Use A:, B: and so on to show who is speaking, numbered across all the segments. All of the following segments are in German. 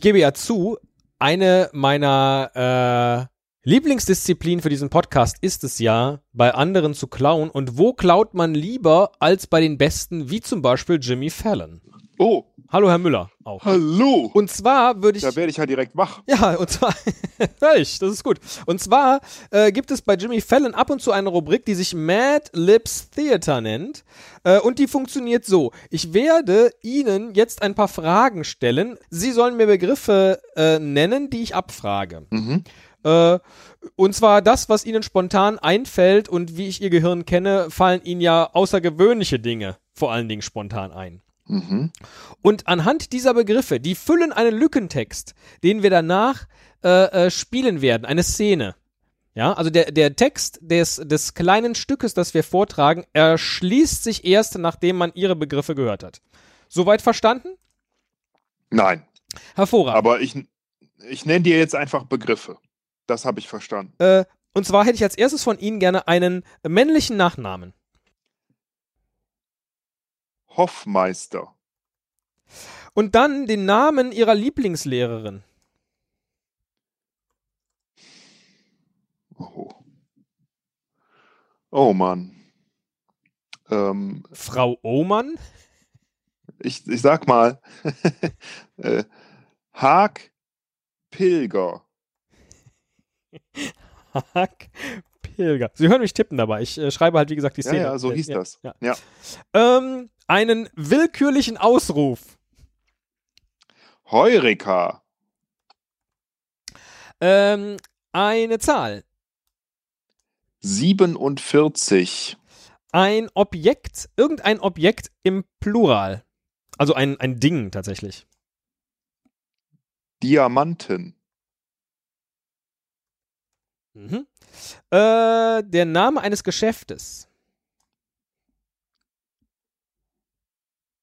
A: gebe ja zu, eine meiner äh, Lieblingsdisziplinen für diesen Podcast ist es ja, bei anderen zu klauen. Und wo klaut man lieber als bei den Besten, wie zum Beispiel Jimmy Fallon?
B: Oh,
A: Hallo, Herr Müller. Auch.
B: hallo.
A: Und zwar würde ich.
B: Da werde ich ja direkt wach.
A: Ja, und zwar, Ehrlich, das ist gut. Und zwar äh, gibt es bei Jimmy Fallon ab und zu eine Rubrik, die sich Mad Lips Theater nennt. Äh, und die funktioniert so. Ich werde Ihnen jetzt ein paar Fragen stellen. Sie sollen mir Begriffe äh, nennen, die ich abfrage. Äh, und zwar das, was Ihnen spontan einfällt und wie ich Ihr Gehirn kenne, fallen Ihnen ja außergewöhnliche Dinge vor allen Dingen spontan ein. Und anhand dieser Begriffe, die füllen einen Lückentext, den wir danach äh, äh, spielen werden, eine Szene. Ja, also der, der Text des, des kleinen Stückes, das wir vortragen, erschließt sich erst, nachdem man ihre Begriffe gehört hat. Soweit verstanden?
B: Nein,
A: Hervorragend.
B: aber ich, ich nenne dir jetzt einfach Begriffe. Das habe ich verstanden.
A: äh, und zwar hätte ich als erstes von Ihnen gerne einen männlichen Nachnamen.
B: Hoffmeister,
A: Und dann den Namen Ihrer Lieblingslehrerin.
B: Oh. Oh Mann. Ähm,
A: Frau Ohmann?
B: ich, ich sag mal, äh, Haag Pilger.
A: Hack Pilger. Sie hören mich tippen dabei. Ich äh, schreibe halt, wie gesagt, die
B: Ja,
A: Szene.
B: ja, so hieß das.
A: Ja.
B: Ja.
A: Ähm, einen willkürlichen Ausruf.
B: Heureka.
A: Ähm, eine Zahl.
B: 47.
A: Ein Objekt. Irgendein Objekt im Plural. Also ein, ein Ding tatsächlich.
B: Diamanten.
A: Mhm. Äh, der Name eines Geschäftes.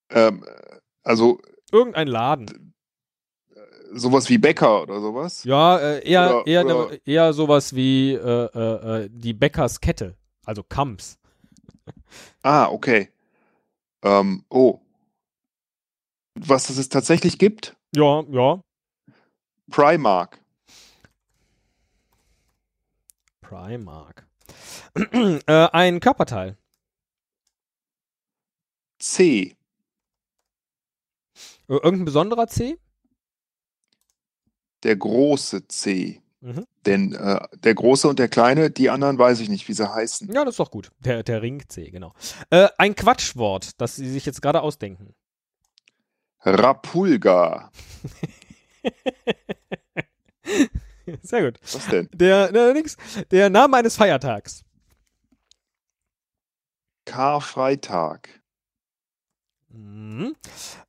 B: Ähm, also
A: Irgendein Laden.
B: sowas wie Bäcker oder sowas.
A: Ja, äh, eher,
B: Oder-
A: eher,
B: oder-
A: eher sowas wie äh, äh, äh, die Bäckerskette. Also Kamps.
B: Ah, okay. Ähm, oh. Was es tatsächlich gibt?
A: Ja, ja.
B: Primark.
A: Primark. äh, ein Körperteil.
B: C.
A: Ir- Äh, Irgendein besonderer C?
B: Der große C.
A: Mhm.
B: Denn äh, der große und der kleine, die anderen weiß ich nicht, wie sie heißen.
A: Ja, das ist doch gut. Der, der Ring C, genau. Äh, ein Quatschwort, das Sie sich jetzt gerade ausdenken.
B: Rapulga.
A: Sehr gut.
B: Was denn?
A: Der, der, nix, der Name eines Feiertags.
B: Karfreitag.
A: Mhm.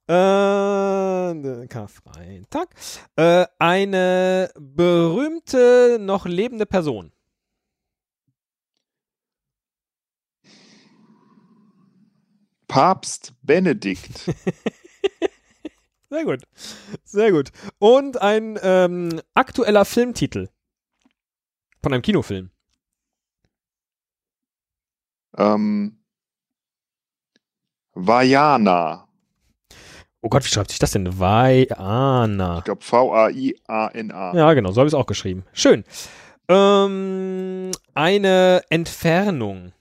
A: Äh, der Karfreitag. Äh, eine berühmte, noch lebende Person.
B: Papst Benedikt.
A: Sehr gut. Sehr gut. Und ein ähm, aktueller Filmtitel. Von einem Kinofilm.
B: ähm, Vajana.
A: Oh Gott, wie schreibt sich das denn? Vaiana.
B: Ich glaube V-A-I-A-N-A.
A: Ja, genau, so habe ich es auch geschrieben. Schön. Ähm, eine Entfernung.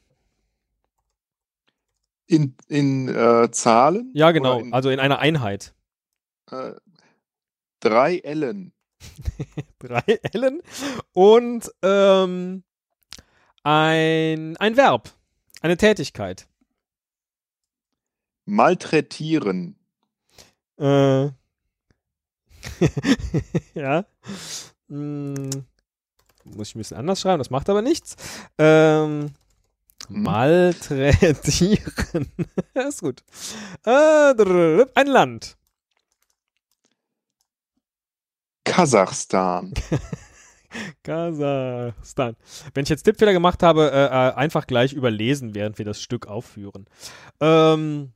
B: In, in äh, Zahlen?
A: Ja, genau.
B: Oder in-
A: also in einer Einheit.
B: Äh, drei Ellen.
A: Drei Ellen und ähm, ein, ein Verb. Eine Tätigkeit.
B: Malträtieren.
A: Äh. ja. Hm. Muss ich ein bisschen anders schreiben, das macht aber nichts. Ähm,
B: Hm.
A: Malträtieren. ist gut. Äh, drrrr, ein Land.
B: Kasachstan.
A: Kasachstan. Wenn ich jetzt Tippfehler gemacht habe, äh, äh, einfach gleich überlesen, während wir das Stück aufführen. Ähm,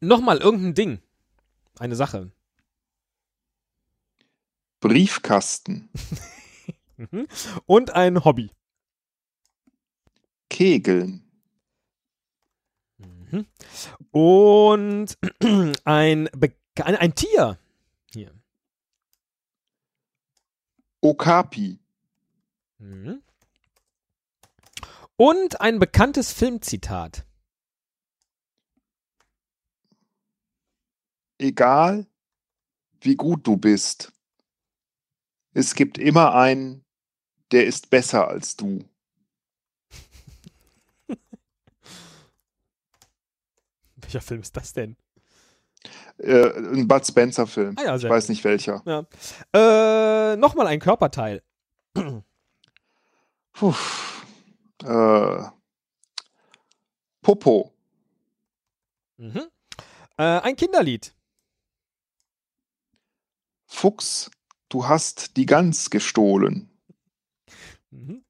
A: Nochmal irgendein Ding. Eine Sache.
B: Briefkasten.
A: Mhm. Und ein Hobby.
B: Kegeln.
A: Mhm. Und ein, Be ein, ein Tier. Hier.
B: Okapi.
A: Mhm. Und ein bekanntes Filmzitat.
B: Egal, wie gut du bist, es gibt immer einen, der ist besser als du.
A: Welcher Film ist das denn?
B: Äh, ein Bud Spencer-Film.
A: Ah ja,
B: Ich
A: sehr
B: weiß nicht welcher.
A: Ja. Äh, Nochmal ein Körperteil.
B: Puh. Äh, Popo.
A: Mhm. Äh, ein Kinderlied.
B: Fuchs, du hast die Gans gestohlen.
A: Mhm.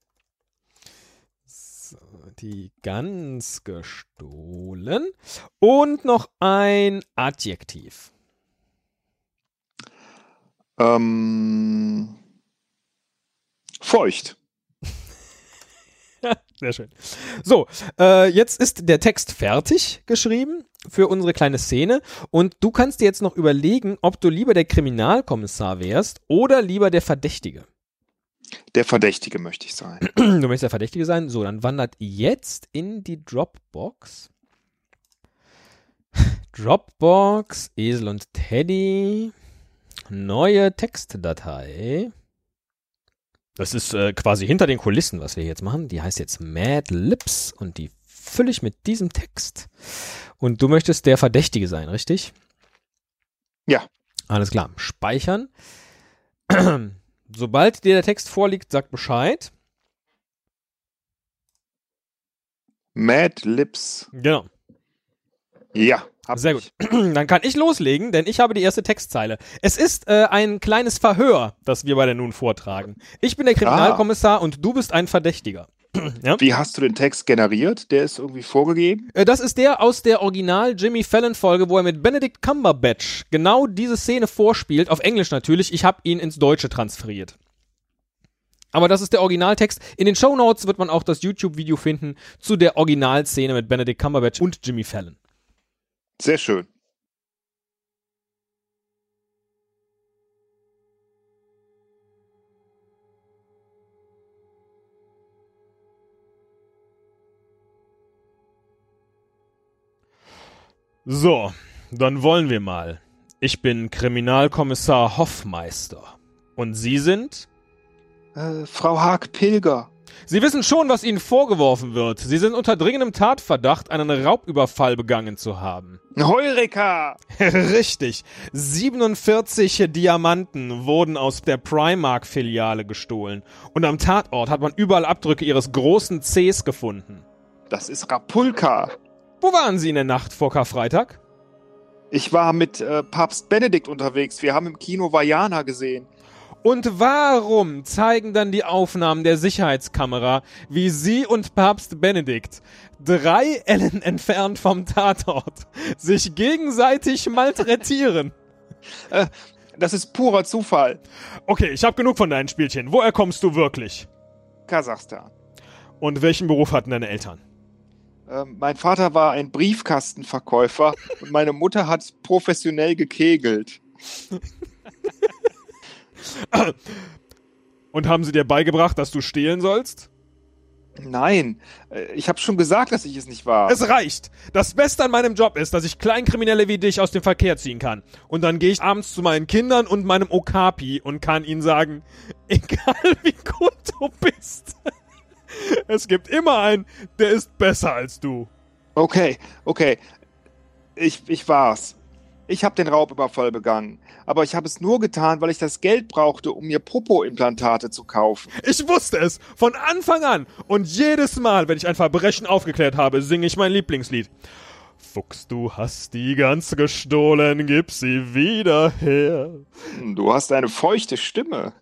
A: So, die ganz gestohlen. Und noch ein Adjektiv.
B: Ähm, feucht.
A: Sehr schön. So, äh, jetzt ist der Text fertig geschrieben für unsere kleine Szene und du kannst dir jetzt noch überlegen, ob du lieber der Kriminalkommissar wärst oder lieber der Verdächtige.
B: Der Verdächtige möchte ich sein.
A: Du möchtest der Verdächtige sein? So, dann wandert jetzt in die Dropbox. Dropbox, Esel und Teddy, neue Textdatei. Das ist äh, quasi hinter den Kulissen, was wir jetzt machen. Die heißt jetzt Mad Lips und die fülle ich mit diesem Text. Und du möchtest der Verdächtige sein, richtig?
B: Ja.
A: Alles klar. Speichern. Sobald dir der Text vorliegt, sag Bescheid.
B: Mad Lips.
A: Genau.
B: Ja. hab
A: Sehr
B: ich.
A: gut. Dann kann ich loslegen, denn ich habe die erste Textzeile. Es ist äh, ein kleines Verhör, das wir bei der Nun vortragen. Ich bin der
B: Ah.
A: Kriminalkommissar und du bist ein Verdächtiger. ja?
B: Wie hast du den Text generiert? Der ist irgendwie vorgegeben.
A: Äh, Das ist der aus der Original Jimmy Fallon Folge, wo er mit Benedict Cumberbatch genau diese Szene vorspielt, auf Englisch natürlich. Ich habe ihn ins Deutsche transferiert. Aber das ist der Originaltext. In den Show Notes wird man auch das YouTube-Video finden zu der Originalszene mit Benedict Cumberbatch und Jimmy Fallon.
B: Sehr schön.
A: So, dann wollen wir mal. Ich bin Kriminalkommissar Hoffmeister. Und Sie sind?
B: Äh, Frau Haag Pilger.
A: Sie wissen schon, was Ihnen vorgeworfen wird. Sie sind unter dringendem Tatverdacht, einen Raubüberfall begangen zu haben.
B: Heureka!
A: Richtig. 47 Diamanten wurden aus der Primark-Filiale gestohlen. Und am Tatort hat man überall Abdrücke Ihres großen Cs gefunden.
B: Das ist Rapulka.
A: Wo waren Sie in der Nacht vor Karfreitag?
B: Ich war mit äh, Papst Benedikt unterwegs. Wir haben im Kino Vajana gesehen.
A: Und warum zeigen dann die Aufnahmen der Sicherheitskamera, wie Sie und Papst Benedikt drei Ellen entfernt vom Tatort sich gegenseitig malträtieren?
B: Das ist purer Zufall.
A: Okay, ich habe genug von deinen Spielchen. Woher kommst du wirklich?
B: Kasachstan.
A: Und welchen Beruf hatten deine Eltern?
B: Ähm, mein Vater war ein Briefkastenverkäufer und meine Mutter hat professionell gekegelt.
A: Und haben sie dir beigebracht, dass du stehlen sollst?
B: Nein, äh, ich habe schon gesagt, dass ich es nicht war.
A: Es reicht. Das Beste an meinem Job ist, dass ich Kleinkriminelle wie dich aus dem Verkehr ziehen kann. Und dann gehe ich abends zu meinen Kindern und meinem Okapi und kann ihnen sagen, egal wie gut du bist, es gibt immer einen, der ist besser als du.
B: Okay, okay. Ich, ich war's. Ich habe den Raubüberfall begangen. Aber ich habe es nur getan, weil ich das Geld brauchte, um mir Popo-Implantate zu kaufen.
A: Ich wusste es von Anfang an. Und jedes Mal, wenn ich ein Verbrechen aufgeklärt habe, singe ich mein Lieblingslied. Fuchs, du hast die Gans gestohlen, gib sie wieder her.
B: Hm, Du hast eine feuchte Stimme.